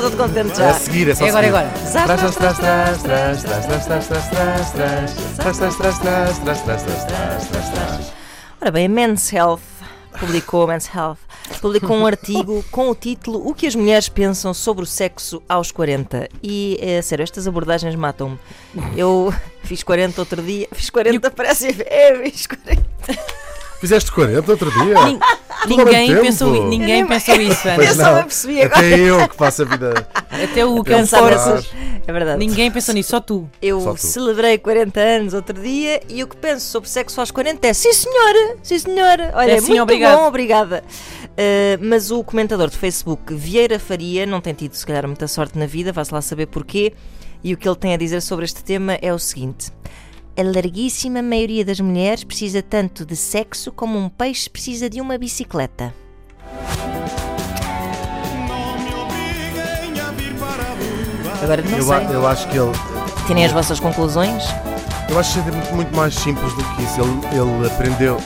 muito contente já. A seguir, é só É agora, seguir. agora. Zás, Trás, zás, trás, trás, trás, trás, trás, trás, trás, trás, trás, trás, trás, trás, trás, trás, trás, trás, trás, trás, trás, trás. Ora bem, a Men's Health publicou, Men's Health publicou um artigo com o título O que as mulheres pensam sobre o sexo aos 40. E, é sério, estas abordagens matam-me. Eu fiz 40 outro dia, fiz 40, parece. É, fiz 40. Fizeste 40 outro dia? Nin- Tudo ao Ninguém mesmo pensou, tempo. i- ninguém Eu nem- pensou isso, Eu Ana. só me apercebi agora. Até eu que faço a vida. Até o pensava- cansaço. É verdade. Ninguém pensou nisso, só tu. Só Eu tu. celebrei 40 anos outro dia e o que penso sobre sexo aos 40 é sim senhora, sim senhora, olha, É sim, muito obrigado. bom, obrigada. Uh, mas o comentador do Facebook, Vieira Faria, não tem tido se calhar muita sorte na vida, vá-se lá saber porquê, e o que ele tem a dizer sobre este tema é o seguinte. A larguíssima maioria das mulheres precisa tanto de sexo como um peixe precisa de uma bicicleta. Não me obriguem a vir para a rua. Agora não Eu, a- sei. eu acho que ele. Tirem as vossas conclusões. Eu acho que é muito, muito mais simples do que isso. Ele, ele aprendeu.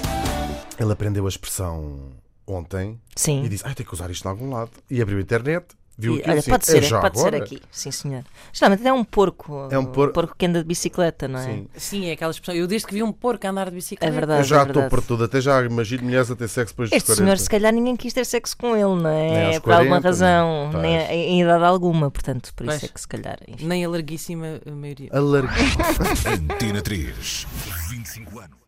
Ele aprendeu a expressão ontem Sim. e disse: Ai, tem que usar isto em algum lado. E abriu a internet, viu E, aquilo. olha, assim, pode "É ser, já pode ser agora?" aqui, sim senhor. Geralmente é um porco, É um por- porco que anda de bicicleta, não é? Sim. Sim, é aquelas pessoas. Eu desde que vi um porco a andar de É bicicleta. verdade, Eu já é estou verdade. por tudo, até já imagino mulheres a ter sexo depois Este dos senhor, 40. se calhar, ninguém quis ter sexo com ele, não Nem é? aos por alguma 40, razão, nem- nem pois. em idade alguma, portanto, por isso Pois. é que se calhar. enfim. Nem a larguíssima maioria. Alargue- Antena 3, 25 anos.